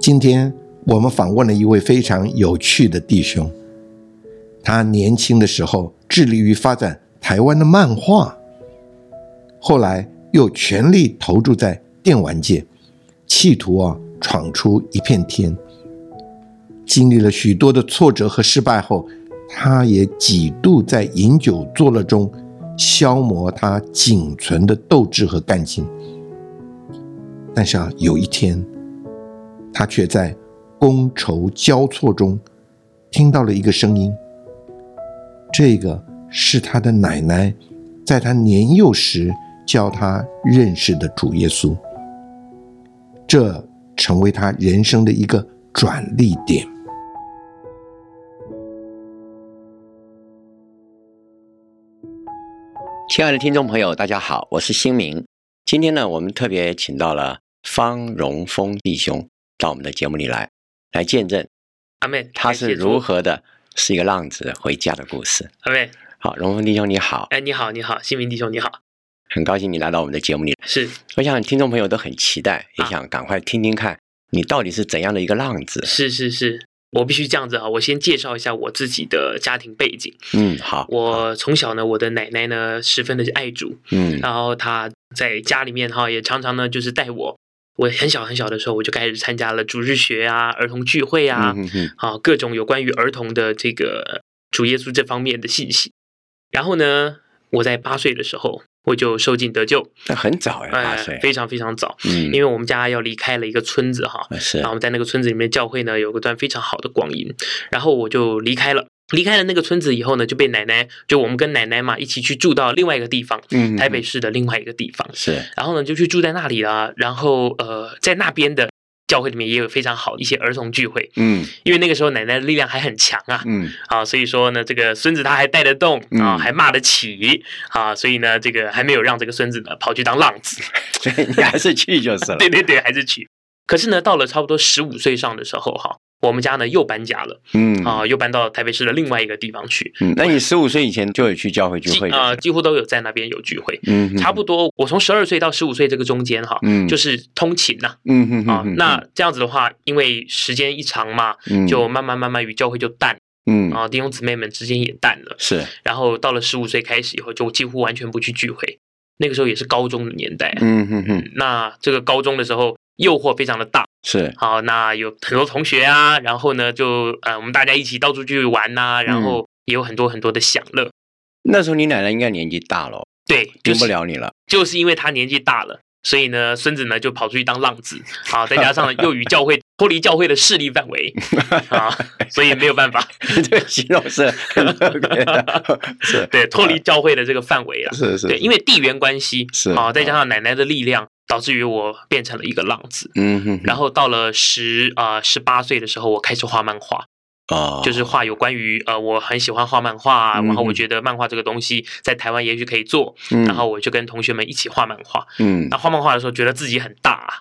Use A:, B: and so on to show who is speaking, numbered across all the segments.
A: 今天我们访问了一位非常有趣的弟兄，他年轻的时候致力于发展台湾的漫画，后来又全力投注在电玩界，企图啊闯出一片天。经历了许多的挫折和失败后，他也几度在饮酒作乐中消磨他仅存的斗志和干劲。但是啊，有一天，他却在觥筹交错中听到了一个声音。这个是他的奶奶在他年幼时教他认识的主耶稣，这成为他人生的一个转捩点。
B: 亲爱的听众朋友，大家好，我是新明。今天呢，我们特别请到了方荣峰弟兄到我们的节目里来，来见证
C: 阿妹，
B: 他是
C: 感谢主
B: 如何的是一个浪子回家的故事。
C: 阿妹，
B: 好，荣峰弟兄你好，
C: 哎，你好，你好，新民弟兄你好，
B: 很高兴你来到我们的节目里。
C: 是
B: 我想听众朋友都很期待，也
C: 啊
B: 想赶快听听看你到底是怎样的一个浪子。
C: 是是是，我必须这样子啊，我先介绍一下我自己的家庭背景。
B: 嗯，好，
C: 我从小呢，我的奶奶呢十分的爱主，
B: 嗯
C: 然后她在家里面哈也常常呢就是带我，我很小很小的时候我就开始参加了主日学啊、儿童聚会啊，
B: 嗯哼哼
C: 啊，各种有关于儿童的这个主耶稣这方面的信息。然后呢，我在八岁的时候我就受尽得救，
B: 那很早呀，八岁
C: 哎，，非常非常早，
B: 嗯，
C: 因为啊我们家要离开了一个村子哈，
B: 为是
C: 然后我们在那个村子里面教会呢有一段非常好的光阴，然后我就离开了。离开了那个村子以后呢，就被奶奶就我们跟奶奶嘛一起去住到另外一个地方，
B: 嗯
C: 台北市的另外一个地方。
B: 是
C: 然后呢，就去住在那里啦。然后呃，在那边的教会里面也有非常好的一些儿童聚会，
B: 嗯
C: 因为那个时候奶奶的力量还很强啊，
B: 嗯
C: 啊，所以说呢，这个孙子他还带得动啊，
B: 嗯
C: 还骂得起啊，所以呢，这个还没有让这个孙子呢跑去当浪子。
B: 所以你还是去就是了。
C: 对对对，还是娶。可是呢，到了差不多十五岁上的时候，哈，我们家呢又搬家了
B: 嗯
C: 啊、又搬到台北市的另外一个地方去，
B: 嗯，那你十五岁以前就有去教会聚会
C: 啊、
B: 的？
C: 几乎都有在那边有聚会。
B: 嗯哼，
C: 差不多，我从十二岁到十五岁这个中间哈，
B: 嗯
C: 就是通勤呐
B: 嗯哼
C: 啊、
B: 哼哼
C: 那这样子的话，因为时间一长嘛，
B: 嗯
C: 就慢慢慢慢与教会就淡
B: 嗯
C: 啊、弟兄姊妹们之间也淡了。
B: 是
C: 然后到了十五岁开始以后，就几乎完全不去聚会。那个时候也是高中的年代啊，
B: 嗯哼哼
C: 那这个高中的时候诱惑非常的大，
B: 是
C: 好，那有很多同学啊，然后呢，就呃，我们大家一起到处去玩呐、
B: 嗯
C: 然后也有很多很多的享乐。
B: 那时候你奶奶应该年纪大了，
C: 对，就
B: 救不
C: 是
B: 了你了。
C: 就是因为他年纪大了，所以呢，孙子呢就跑出去当浪子啊，再加上 呢又与教会脱离教会的势力范围 啊，所以没有办法，
B: 这个形容 是很特别的，是啊
C: 对，脱离教会的这个范围了。
B: 是是，
C: 对，因
B: 为
C: 为地缘关系
B: 是嗯
C: 啊，再加上奶奶的力量，导致于我变成了一个浪子。
B: 嗯哼哼，
C: 然后到了十啊十八岁的时候，我开始画漫画，
B: 哦
C: 就是画有关于呃，我很喜欢画漫画、啊，
B: 嗯
C: 然后我
B: 嗯
C: 觉得漫画这个东西在台湾也许可以做，
B: 嗯
C: 然后我就跟同学们一起画漫画。
B: 嗯
C: 那画漫画的时候，觉得自己很大、啊，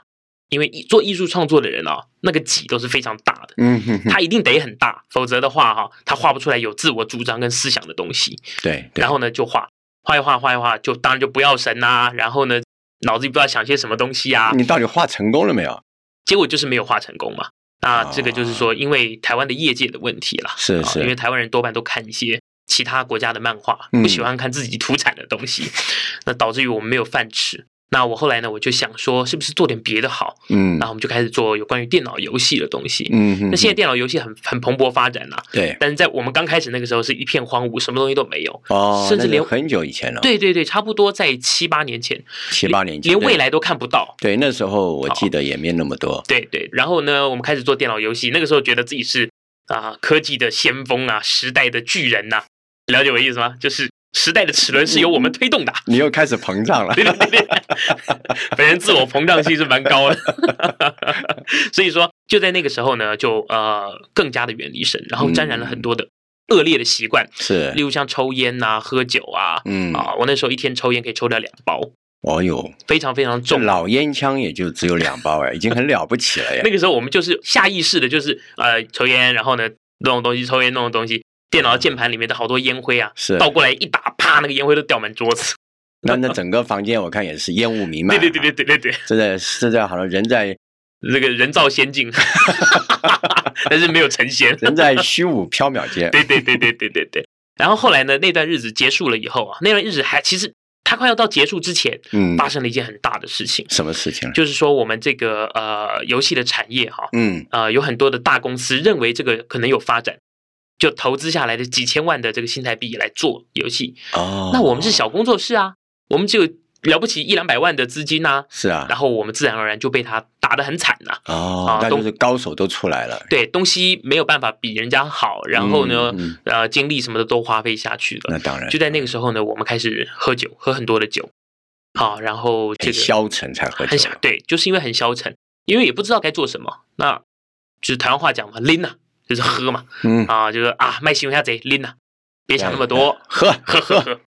C: 因为艺做艺术创作的人啊，那个己都是非常大的，
B: 嗯哼哼，
C: 他一定得很大，否则的话哈、他画不出来有自我主张跟思想的东西。
B: 对对
C: 然后呢，就画画一画画一画，就当然就不要神啊，然后呢，脑子里不知道想些什么东西啊，
B: 你到底画成功了没有？
C: 结果就是没有画成功嘛。那这个就是
B: 啊
C: 说，因为台湾的业界的问题啦，
B: 是
C: 啊
B: 是
C: 因为台湾人多半都看一些其他国家的漫画，
B: 嗯
C: 不喜欢看自己土产的东西， 那导致于我们没有饭吃。那我后来呢，我就想说，是不是做点别的好？
B: 嗯
C: 然后我们就开始做有关于电脑游戏的东西。
B: 嗯哼，
C: 那现在
B: 在
C: 电脑游戏很很蓬勃发展呐、
B: 对
C: 但是在我们刚开始那个时候是一片荒芜，什么东西都没有。
B: 哦，
C: 甚至
B: 那就
C: 连
B: 很久以前了，，
C: 对对对，差不多在七八年前，
B: 嗯七八年前，
C: 连
B: 对
C: 未来哦都看不到。
B: 对那时候我记得也没那么多，
C: 对对，然后呢，我们开始做电脑游戏，那个时候觉得自己是啊、科技的先锋啊，时代的巨人呐、了解我意思吗？就是时代的齿轮是由我们推动的。
B: 你又开始膨胀了。
C: 对对对，本人自我膨胀性是蛮高的，所以说就在那个时候呢，就呃更加的远离神，然后沾染了很多的恶劣的习惯，
B: 是
C: 例，如像抽烟呐、喝酒啊，
B: 嗯，
C: 啊，我那时候一天抽烟可以抽掉两包，
B: 哦呦，
C: 非常非常
B: 这
C: 重。
B: 老烟枪也就只有两包哎，已经很了不起了 呀
C: 那。个时候我们就是下意识的，就是呃抽烟，然后呢弄东西，抽烟弄东西，电脑键盘里面的好多烟灰啊，
B: 是
C: 倒过来一打，啪，那个烟灰都掉满桌子。
B: 那那整个房间我看也是烟雾弥漫
C: 对
B: 啊。
C: 对对对对对对，
B: 这在这在好了，人 在
C: 那个人造仙境， 但是没有成仙。
B: 人在虚无缥缈间。
C: 对对对对对对对。然后后来呢，那段日子结束了以后啊，那段日子还其实它快要到结束之前，
B: 嗯，
C: 发生了一件很大的事情，
B: 什么事情了？
C: 就是说我们这个呃游戏的产业哈、
B: 嗯，
C: 呃有很多的大公司认为这个可能有发展，就投资下来的几千万的这个新台币来做游戏。
B: 哦，
C: 那我们是小工作室啊，我们只有了不起一两百万的资金呐、
B: 是啊，
C: 然后我们自然而然就被他打得很惨呐、
B: 哦
C: 啊，
B: 那
C: 东
B: 就是高手都出来了，
C: 对，东西没有办法比人家好，然后呢，
B: 嗯哎嗯
C: 呃，精力什么的都花费下去了。
B: 那当然
C: 就在那个时候呢，我们开始喝酒，喝很多的酒，好，然后这
B: 很
C: 个
B: 消沉才喝
C: 很
B: 酒啊
C: 想。对，就是因为很消沉，因为也不知道该做什么，那就是台湾话讲嘛，拎呐、就是喝嘛，
B: 嗯，
C: 啊，就是啊，卖新闻下贼拎呐、别想那么多，
B: 喝
C: 喝喝喝。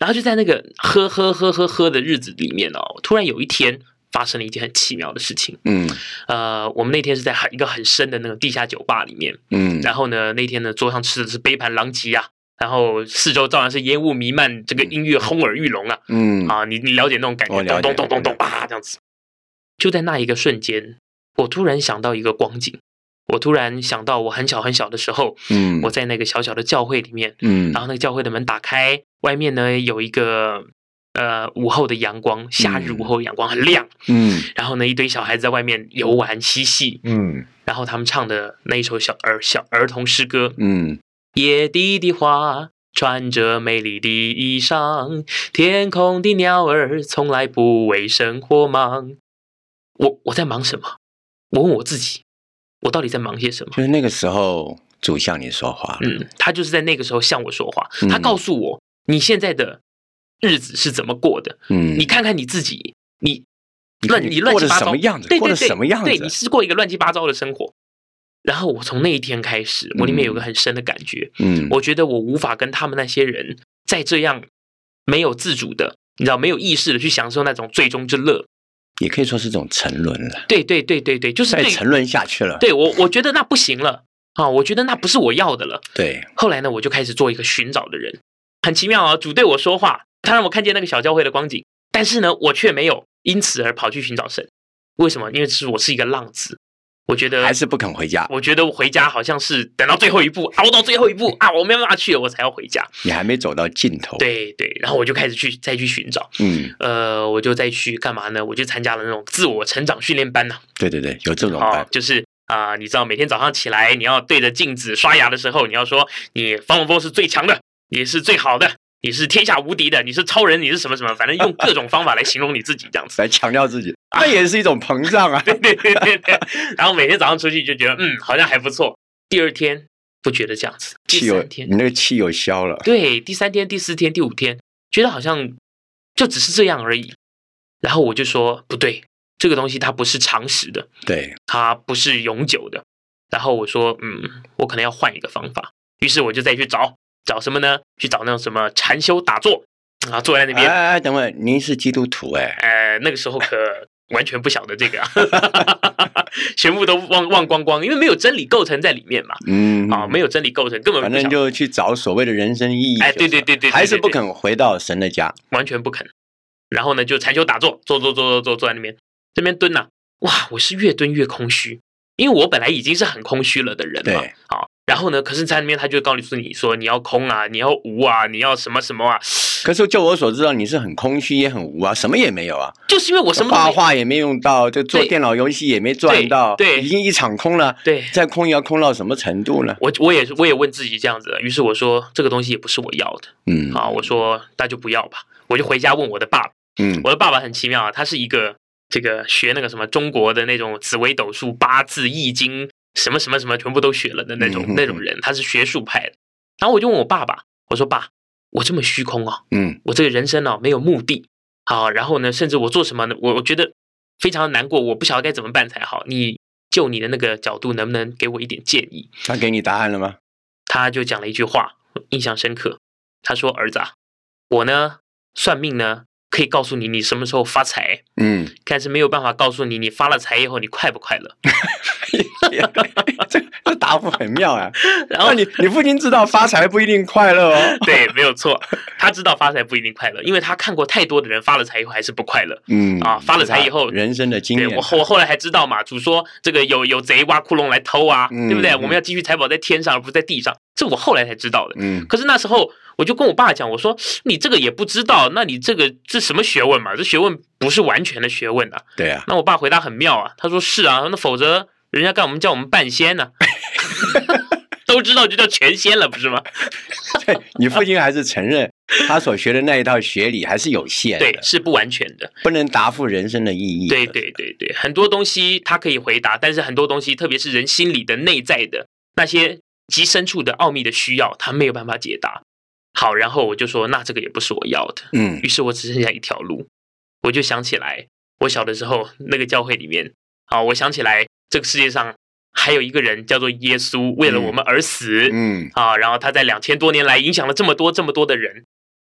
C: 然后就在那个喝喝喝喝喝的日子里面哦，突然有一天发生了一件很奇妙的事情。
B: 嗯
C: 呃，我们那天是在很一个很深的那个地下酒吧里面，
B: 嗯，
C: 然后呢，那天呢，桌上吃的是杯盘狼藉啊，然后四周照然是烟雾弥漫，这个音乐轰耳欲聋啊，
B: 嗯
C: 啊，你你了解那种感
B: 我
C: 觉，
B: 了
C: 咚
B: 解
C: 咚咚
B: 我了
C: 咚咚
B: 解
C: 吧，这样子。就在那一个瞬间，我突然想到一个光景，我突然想到我很小很小的时候，
B: 嗯，
C: 我在啊那个小小的教会里面，
B: 嗯
C: 然后那个教会的门打开，外面呢有一个呃午后的阳光，夏日午后的阳光很亮，
B: 嗯
C: 然后呢一堆小孩子在外面游玩嬉戏，
A: 嗯，
C: 然后他们唱的那一首小儿小儿童诗歌，
B: 嗯
C: 野地的花穿着美丽的衣裳，天空的鸟儿从来不为生活忙。我我在忙什么？我问我自己，我到底在忙些什么？
B: 就是那个时候主向你说话了，
C: 嗯，他就是在那个时候向我说话
B: 嗯，
C: 他告诉我你现在的日子是怎么过的，
B: 嗯，
C: 你看看你自己，你
B: 你看
C: 乱
B: 你
C: 你乱
B: 过
C: 七
B: 得
C: 八
B: 什
C: 糟
B: 么样子
C: 对
B: 过
C: 对
B: 得
C: 对，
B: 什么样
C: 对，
B: 子
C: 你是过一个乱七八糟的生活。然后我从那一天开始，我里面有个很深的感觉，
B: 嗯，
C: 我觉得我无法跟他们那些人再这样没有自主的，你知道没有意识的去享受那种最终之乐。
B: 也可以说是一种沉沦了，
C: 对对对对对，就是
B: 再
C: 对
B: 沉沦下去了，
C: 对我我觉得那不行了啊，我觉得那不是我要的了。
B: 对，
C: 后来呢，我就开始做一个寻找的人，很奇妙啊、主对我说话，他让我看见那个小教会的光景，但是呢，我却没有因此而跑去寻找神。为什么？因为是我是一个浪子，我觉得
B: 还是不肯回家，
C: 我觉得我回家好像是等到最后一步，熬到最后一步啊，我没有办法去了，我才要回家。
B: 你还没走到尽头，，
C: 对对，然后我就开始去再去寻找，
B: 嗯，
C: 呃，我就再去干嘛呢？我就参加了那种自我成长训练班呐、
B: 对对对，有这种
C: 啊，
B: 办
C: 哦，就是啊、你知道每天早上起来，你要对着镜子刷牙的时候，你要说你方文峰是最强的，你是最好的，你是天下无敌的，你是超人，你是什么什么，反正用各种方法来形容你自己这样子。
B: 来强调自己，那也是一种膨胀啊，
C: 对对对对对，然后每天早上出去就觉得嗯，好像还不错。第二天不觉得这样子，
B: 气
C: 第
B: 有
C: 三天
B: 你那个气有消了，
C: 对，第三天、第四天、第五天，觉得好像就只是这样而已。然后我就说不对，这个东西它不是常识的，
B: 对，
C: 它不是永久的。然后我说，嗯，我可能要换一个方法。于是我就再去找找什么呢？去找那种什么禅修打坐啊，坐在那
B: 哎
C: 边。
B: 哎哎，等会儿您是基督徒哎，
C: 呃，那个时候 可完全不晓得这个、啊， 全部都忘忘光光，因为没有真理构成在里面嘛。
B: 嗯
C: 啊，没有真理构成，根本
B: 反
C: 不晓
B: 正
C: 得，
B: 就去找所谓的人生意义就是了。
C: 哎对对对对对对
B: 还是不肯回到神的家。
C: 完全不肯。然后呢，就禅修打坐，坐坐坐坐坐坐在那边，这边蹲呐、哇，我是越蹲越空虚，因为我本来已经是很空虚了的人嘛
B: 对，
C: 好，然后呢，可是在那边他就告诉你说你要空啊，你要无啊，你要什么什么啊，
B: 可是就我所知道，你是很空虚，也很无啊，什么也没有啊，
C: 就是因为我什么都
B: 画
C: 没有，
B: 画也没用到，就做
C: 对
B: 电脑游戏也没赚到，
C: 对对
B: 已经一场空了。
C: 对
B: 再空也要空到什么程度呢？
C: 我我也是我也问自己这样子，于是我说这个东西也不是我要的
B: 嗯
C: 啊，我说那就不要吧，我就回家问我的爸爸，
B: 嗯，
C: 我的爸爸很奇妙啊，他是一个这个学那个什么中国的那种紫微斗数、八字、易经，什么什么什么全部都学了的那种
B: 嗯哼
C: 那种人，他是学术派的。然后我就问我爸爸，我说爸，我这么虚空哦，
B: 嗯
C: 我这个人生哦没有目的，好，然后呢，甚至我做什么呢？我我觉得非常难过，我不晓得该怎么办才好。你就你的那个角度，能不能给我一点建议？
B: 他给你答案了吗？
C: 他就讲了一句话，印象深刻。他说：“儿子啊，我呢算命呢可以告诉你你什么时候发财，
B: 嗯，
C: 但是没有办法告诉你你发了财以后你快不快乐。
B: 这这答复很妙啊！”
C: 然后
B: 那你你父亲知道发财不一定快乐哦。
C: 对，没有错，他知道发财不一定快乐，因为他看过太多的人发了财以后还是不快乐。
B: 嗯
C: 啊发了财以后
B: 这是他人生的经
C: 对
B: 验
C: 我后我后来还知道嘛，主说这个有有贼挖窟窿来偷啊，
B: 嗯
C: 对不对？
B: 嗯
C: 我们要积蓄财宝在天上，而不是在地上。这我后来才知道的。
B: 嗯
C: 可是那时候我就跟我爸讲，我说你这个也不知道，那你这个这什么学问嘛？这学问不是完全的学问啊。
B: 对啊，
C: 那我爸回答很妙啊，他说是啊，那否则人家干我们叫我们半仙呢、 都知道就叫全仙了，不是吗？
B: 对你父亲还是承 认他所学的那一套学理还是有限的，
C: 对，是不完全的。
B: 不能答复人生的意义。
C: 对对对对，很多东西他可以回答，但是很多东西，特别是人心里的内在的那些极深处的奥秘的需要，他没有办法解答。好，然后我就说，那这个也不是我要的，
B: 嗯
C: 于是我只剩下一条路，我就想起来，我小的时候那个教会里面，啊，我想起来这个世界上还有一个人叫做耶稣，为了我们而死，
B: 嗯，
C: 啊，然后他在两千多年来影响了这么多这么多的人。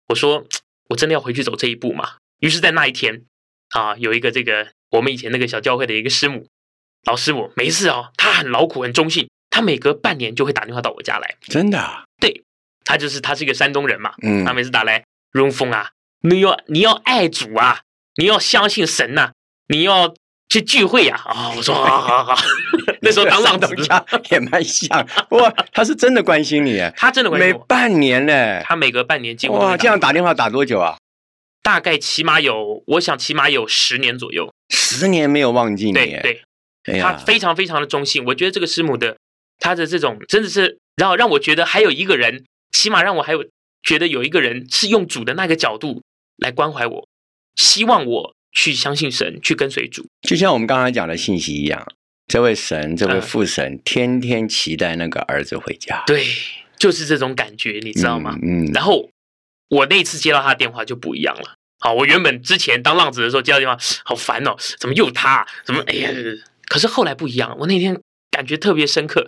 C: 我说，我真的要回去走这一步吗？于是，在那一天，啊，有一个这个我们以前那个小教会的一个师母，老师母，没事哦，她很劳苦，很忠信，她每隔半年就会打电话到我家来。
B: 真的啊，
C: 她就是她是一个山东人嘛，
B: 嗯
C: 她每次打来，荣峰啊，你要你要爱主啊，你要相信神呐、你要去聚会呀、啊。 我说好好好， 那时候当浪
B: 上
C: 子
B: 东，家也蛮像，不过他是真的关心你，啊
C: 她真的关
B: 每
C: 心我，
B: 半年呢，
C: 她每隔半年几乎都会
B: 哇，这样打电话打多久啊？
C: 大概起码有，我想起码有十年左右。
B: 十年没有忘记你，哎
C: 对对，
B: 对
C: 他非常非常的忠信，我觉得这个师母的她的这种真的是，然后让我觉得还有一个人，起码让我还有觉得有一个人是用主的那个角度来关怀我，希望我去相信神，去跟随主。
B: 就像我们刚才讲的信息一样，这位神，这位
C: 嗯
B: 父神，天天期待那个儿子回家，
C: 对，就是这种感觉，你
B: 你
C: 知道吗？？
B: 嗯，
C: 然后我那次接到他的电话就不一样了。好，我原本之前当浪子的时候接到电话，好烦哦，怎么又他啊？怎么哎呀？可是后来不一样，我那天感觉特别深刻，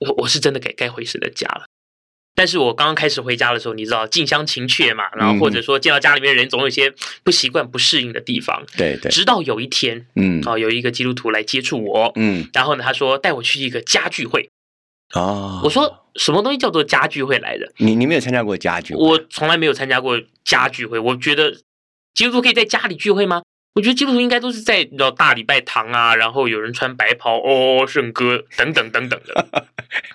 C: 我我是真的该该回神的家了。但是我刚刚开始回家的时候，你知道近乡情怯嘛，
B: 嗯
C: 然后或者说见到家里面的人，总有一些不习惯、不适应的地方。
B: 对对，
C: 直到有一天，
B: 嗯
C: 哦，有一个基督徒来接触我，
B: 嗯
C: 然后呢，他说带我去一个家聚会。
B: 哦，
C: 我说什么东西叫做家聚会来着？
B: 你你没有参加过家具，
C: 我从来没有参加过家聚会，我觉得基督徒可以在家里聚会吗？我觉得基督徒应该都是在你知道大礼拜堂啊，然后有人穿白袍哦，圣歌等等等等 的。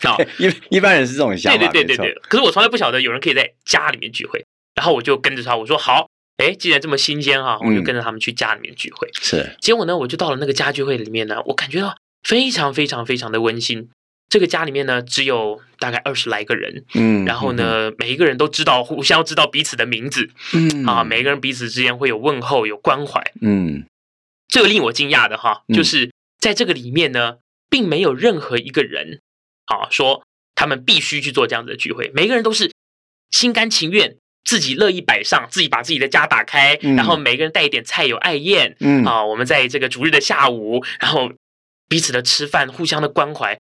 C: 啊，
B: 一一般人是这种想
C: 对
B: 法，
C: 对对对
B: 没错，
C: 对。可是我从来不晓得有人可以在家里面聚会，然后我就跟着他，我说好，哎，既然这么新鲜哈、我就
B: 嗯
C: 跟着他们去家里面聚会。
B: 是，
C: 结果呢，我就到了那个家聚会里面呢，我感觉到非常非常非常的温馨。这个家里面呢，只有大概二十来个人，
B: 嗯，
C: 然后呢，每一个人都知道互相知道彼此的名字
B: 嗯，嗯
C: 啊，每，个人彼此之间会有问候，有关怀。
B: 嗯
C: 这个令我惊讶的哈，
B: 嗯
C: 就是在这个里面呢，并没有任何一个人啊说他们必须去做这样子的聚会，每个人都是心甘情愿，自己乐意摆上，自己把自己的家打开，
B: 嗯
C: 然后每个人带一点菜有爱宴
B: 嗯，
C: 啊，我们在这个逐日的下午，然后彼此的吃饭，互相的关怀，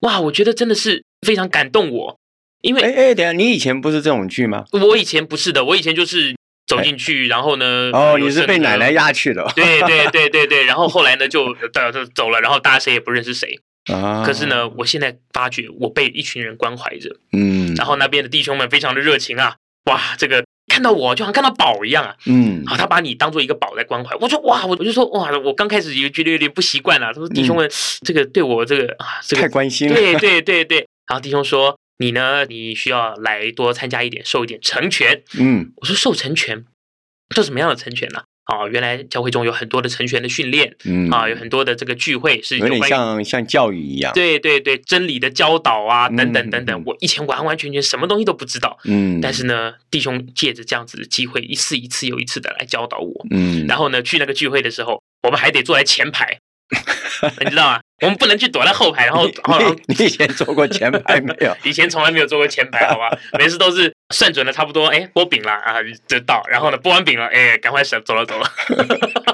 C: 哇，我觉得真的是非常感动我，因为
B: 哎哎，等一下，你以前不是这种剧吗？
C: 我以前不是的，我以前就是走进去，然后呢，
B: 哎哦，
C: 有
B: 你是
C: 剩的
B: 被奶奶。压去的
C: 对对对对对，然后后来呢就走走走了，然后大家谁也不认识谁。
B: 啊
C: 可是，呢，我现在发觉我被一群人关怀着，
B: 嗯，
C: 然后那边的弟兄们非常的热情啊，哇，这个看到我就像看到宝一样啊，
B: 嗯
C: 好，他把你当做一个宝在关怀。我说哇，我我就说哇，我刚开始也觉得有点不习惯啊，他说弟兄们，这个对我这个啊，这
B: 嗯
C: 个
B: 太关心了，
C: 对对对对。然后弟兄说你呢，你需要来多参加一点，受一点成全。
B: 嗯
C: 我说授成权，这什么样的成权呢、啊？原来教会中有很多的成全的训练
B: 嗯
C: 啊，有很多的这个聚会是有
B: 有点
C: 关于
B: 像像教育一样，
C: 对对对真理的教导啊，等等等
B: 嗯嗯
C: 等
B: 嗯。
C: 我以前完完全全什么东西都不知道，
B: 嗯，
C: 但是呢，弟兄借着这样子的机会，一次一次又一次的来教导我。
B: 嗯，
C: 然
B: 后
C: 后呢，去那个聚会的时候，我们还得坐在前 排，你知道吗？我们不能去躲在后排，然后然后
B: 你你以前做过前排没有？
C: 以前从来没有坐过前排，好吧？每次都是算准了差不多，哎，剥饼了啊，就到。然后呢，剥完饼了，哎，赶快走走了走 了。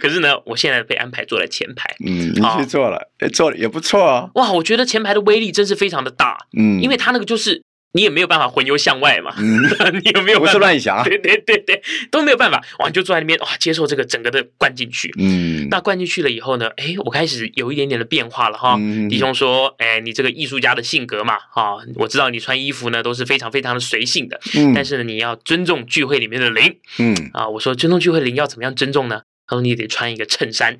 C: 可是呢，我现在被安排坐在前排，
B: 嗯，
C: 哦
B: 你去做了，哎做了也不错哦。
C: 哇，我觉得前排的威力真是非常的大，
B: 嗯，
C: 因为他那个就是你也没有办法魂游向外嘛，
B: 嗯，
C: 你也没有
B: 不
C: 办
B: 是
C: 法，
B: 乱想啊，
C: 对对对对，都没有办法，哇，你就坐在那边哇，接受这个整个的灌进去。
B: 嗯，
C: 那灌进去了以后呢，哎，我开始有一点点的变化了哈。
B: 嗯
C: 哦弟兄说：“哎，你这个艺术家的性格嘛，哈、我知道你穿衣服呢都是非常非常的随性的，
B: 嗯，
C: 但是呢，你要尊重聚会里面的灵
B: 嗯
C: 啊。我说尊重聚会灵要怎么样尊重呢？他说你得穿一个衬衫。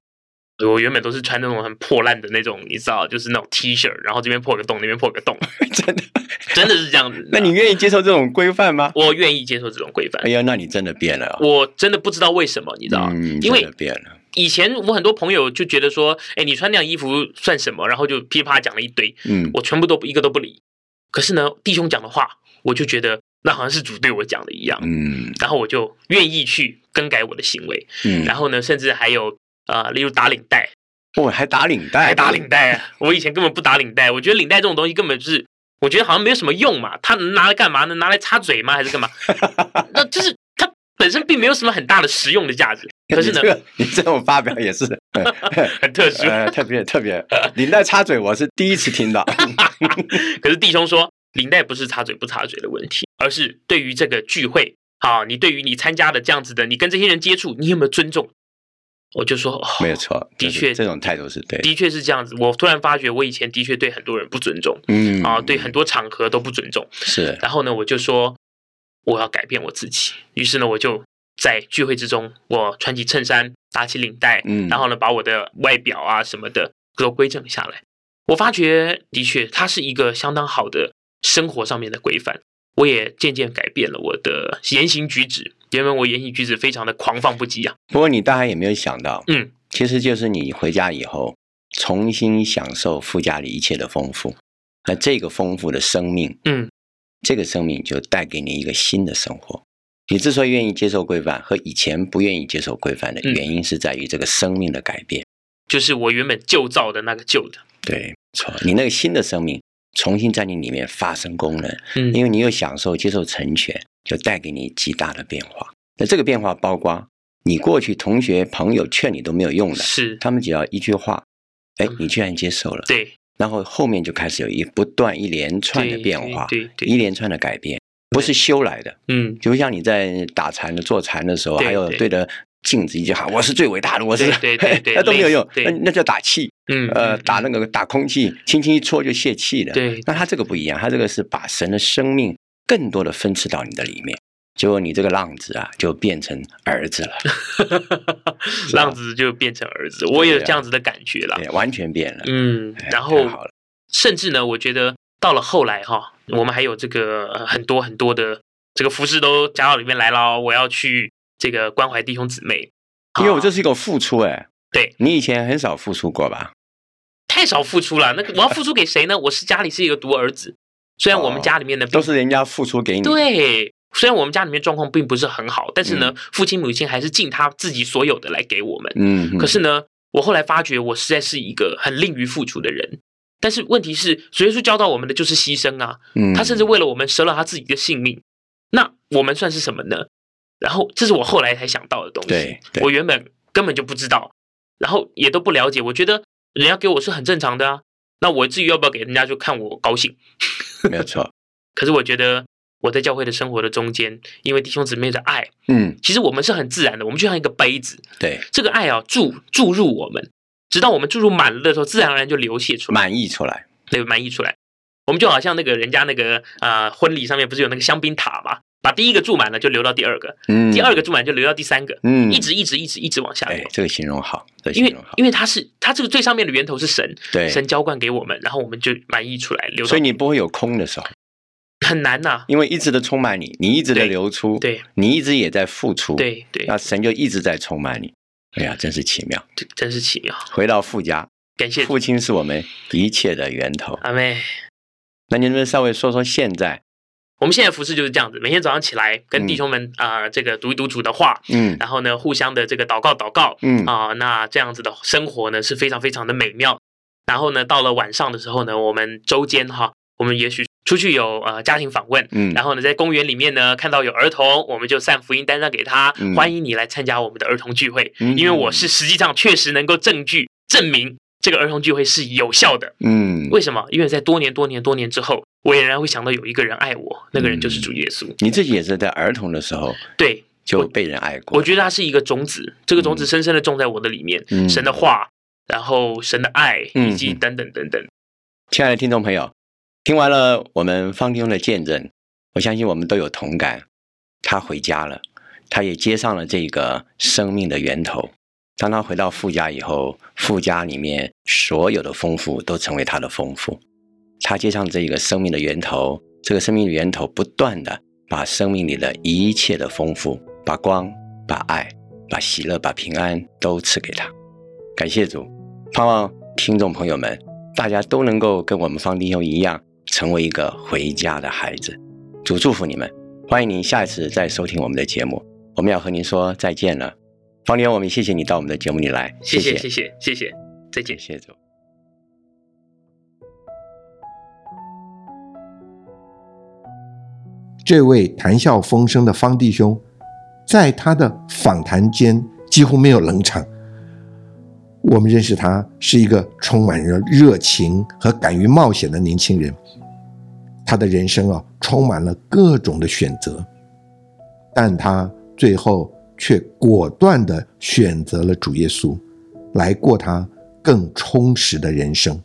C: 我原本都是穿那种很破烂的那种，你知道，就是那种 T 恤，然后这边破个洞，那边破 个洞，
B: 真的，
C: 真的是这样子。
B: 那你愿意接受这种规范吗？
C: 我愿意接受这种规范
B: 哎，呀，那你真的变了哦，
C: 我真的不知道为什么，你知道，
B: 嗯，
C: 因为
B: 真的变了，
C: 以前我很多朋友就觉得说，哎，你穿那样衣服算什么？然后就噼里啪啦讲了一堆，
B: 嗯，
C: 我全部都不一个都不理。可是呢，弟兄讲的话，我就觉得那好像是主对我讲的一样，
B: 嗯
C: 然后我就愿意去更改我的行为。
B: 嗯，
C: 然后呢，甚至还有呃，例如打领带，
B: 我哦还打领带，
C: 还打领带啊！我以前根本不打领带，我觉得领带这种东西根本就是，我觉得好像没有什么用嘛。它能拿来干嘛呢？拿来擦嘴吗？还是干嘛？那就是它本身并没有什么很大的实用的价值。可是呢
B: 你，这个你这种发表也 是，
C: 很特殊。
B: 呃，特别特别，领带插嘴我是第一次听到，
C: 可是弟兄说，领带不是插嘴不插嘴的问题，而是对于这个聚会，好，你对于你参加的这样子的，你跟这些人接触，你有没有尊重？我就说，哦、
B: 没有，错，
C: 的
B: 就是
C: 确
B: 这种态度是对的，
C: 的确是这样子。我突然发觉，我以前的确对很多人不尊重
B: 嗯
C: 啊，对很多场合都不尊重。
B: 是，
C: 然后呢，我就说我要改变我自己。于是呢，我就在聚会之中，我穿起衬衫，打起领带，
B: 嗯
C: 然后呢，把我的外表啊什么的都规正下来。我发觉的确，它是一个相当好的生活上面的规范。我也渐渐改变了我的言行举止。原本我言行举止非常的狂放不羁啊，
B: 不过你大概也没有想到，
C: 嗯，
B: 其实就是你回家以后重新享受富家里一切的丰富，而这个丰富的生命，
C: 嗯，
B: 这个生命就带给你一个新的生活。你之所以愿意接受规范和以前不愿意接受规范的
C: 嗯
B: 原因，是在于这个生命的改变。
C: 就是我原本旧造的那个旧的，
B: 对，没错，你那个新的生命重新在你里面发生功能，
C: 嗯
B: 因为你有享受、接受成全，就带给你极大的变化。那这个变化包括你过去同学、朋友劝你都没有用的，
C: 是
B: 他们只要一句话，哎
C: 嗯，
B: 你居然接受了，
C: 对
B: 然后后面就开始有一不断一连串的
C: 对
B: 变
C: 对
B: 化，
C: 对对
B: 一连串的改变，不是修来的。
C: 嗯，
B: 就像你在打禅的、做禅的时候，
C: 对
B: 还有
C: 对
B: 对着镜子一句喊“我是最伟大的”，我是
C: 对对对 对
B: 那都没有用，
C: 类似
B: 那
C: 对
B: 那叫打气，
C: 嗯
B: 呃，
C: 嗯
B: 打那个打空气，轻轻一戳就泄气的。
C: 对
B: 那他这个不一样，他这个是把神的生命更多的分赐到你的里面，结果你这个浪子啊，就变成儿子了，
C: 浪子就变成儿子，我也有这样子的感觉啦。
B: 对，完全变了。
C: 啊嗯
B: 哎，太
C: 然后
B: 好了，
C: 甚至呢，我觉得到了后来哈，我们还有这个呃很多很多的这个服饰都加到里面来了哦。我要去这个关怀弟兄姊妹，
B: 因为我
C: 啊
B: 这是一个付出，哎，
C: 对
B: 你以前很少付出过吧？
C: 太少付出了。那个我要付出给谁呢？我是家里是一个独儿子，虽然我们
B: 哦
C: 家里面的
B: 都是人家付出给你，
C: 对。虽然我们家里面状况并不是很好，但是呢，父亲母亲还是尽他自己所有的来给我们。
B: 嗯，嗯，
C: 可是呢，我后来发觉我实在是一个很吝于付出的人。但是问题是，主耶稣教导我们的就是牺牲啊，
B: 嗯
C: 他甚至为了我们舍了他自己的性命。那我们算是什么呢？然后这是我后来才想到的东西
B: 对，对
C: 我原本根本就不知道，然后也都不了解。我觉得人家给我是很正常的啊，那我至于要不要给人家就看我高兴。
B: 没有错，
C: 可是我觉得我在教会的生活的中间，因为弟兄姊妹的爱，
B: 嗯，
C: 其实我们是很自然的，我们就像一个杯子，
B: 对，
C: 这个爱啊注注入我们，直到我们注入满了的时候，自然而然就流泻出来，
B: 满意出来，
C: 对，满溢出来。我们就好像那个人家那个啊、呃婚礼上面不是有那个香槟塔嘛，把第一个注满了就流到第二个，
B: 嗯，
C: 第二个注满就流到第三个，
B: 嗯，
C: 一直一直一直一直往下
B: 哎
C: 流，。
B: 这个形容好，这个
C: 因
B: 形
C: 为
B: 容好，
C: 因为它是它这个最上面的源头是神，
B: 对，
C: 神浇灌给我们，然后我们就满溢出来，流到
B: 所以你不会有空的时候，
C: 很难呐、
B: 因为一直的充满你，你一直的
C: 对
B: 流出，
C: 对
B: 你一直也在付出，，
C: 对对，
B: 那神就一直在充满你。哎呀，真是奇妙！
C: 这真是奇妙，
B: 回到富家，
C: 感谢
B: 父亲是我们一切的源头。
C: 阿妹。
B: 那您能不能稍微说说现在？
C: 我们现在服饰就是这样子，每天早上起来跟弟兄们啊、呃这个读一读主的话，
B: 嗯
C: 然后呢，互相的这个祷告祷告
B: 嗯
C: 啊、那这样子的生活呢是非常非常的美妙。然后呢，到了晚上的时候呢，我们周间哈，我们也许出去有呃家庭访问，
B: 嗯，
C: 然后呢，在公园里面呢看到有儿童，我们就散福音单张给他，
B: 嗯
C: 欢迎你来参加我们的儿童聚会，
B: 嗯
C: 因为我是实际上确实能够证据证明这个儿童聚会是有效的。
B: 嗯，
C: 为什么？因为在多年、多年、多年之后，我仍然会想到有一个人爱我，那个人
B: 嗯
C: 就是主耶稣。
B: 你自己也是在儿童的时候
C: 对，
B: 就被人爱过，
C: 我觉得它是一个种子，这个种子深深的种在我的里面，
B: 嗯
C: 神的话，然后神的爱，
B: 嗯
C: 以及等等等等。
B: 亲爱的听众朋友，听完了我们方兄的见证，我相信我们都有同感。他回家了，他也接上了这个生命的源头。当他回到富家以后，富家里面所有的丰富都成为他的丰富。他接上这个生命的源头，这个生命的源头不断的把生命里的一切的丰富，把光、把爱、把喜乐、把平安都赐给他。感谢主，盼望听众朋友们大家都能够跟我们方弟兄一样，成为一个回家的孩子。主祝福你们，欢迎您下一次再收听我们的节目。我们要和您说再见了，方弟兄，我们谢谢你到我们的节目里来，
C: 谢谢，
B: 谢，
C: 谢谢，谢谢，再见
B: 谢。谢主。
A: 这位谈笑风生的方弟兄，在他的访谈间几乎没有冷场。我们认识他是一个充满着热情和敢于冒险的年轻人，他的人生啊充满了各种的选择，但他最后却果断地选择了主耶稣，来过他更充实的人生。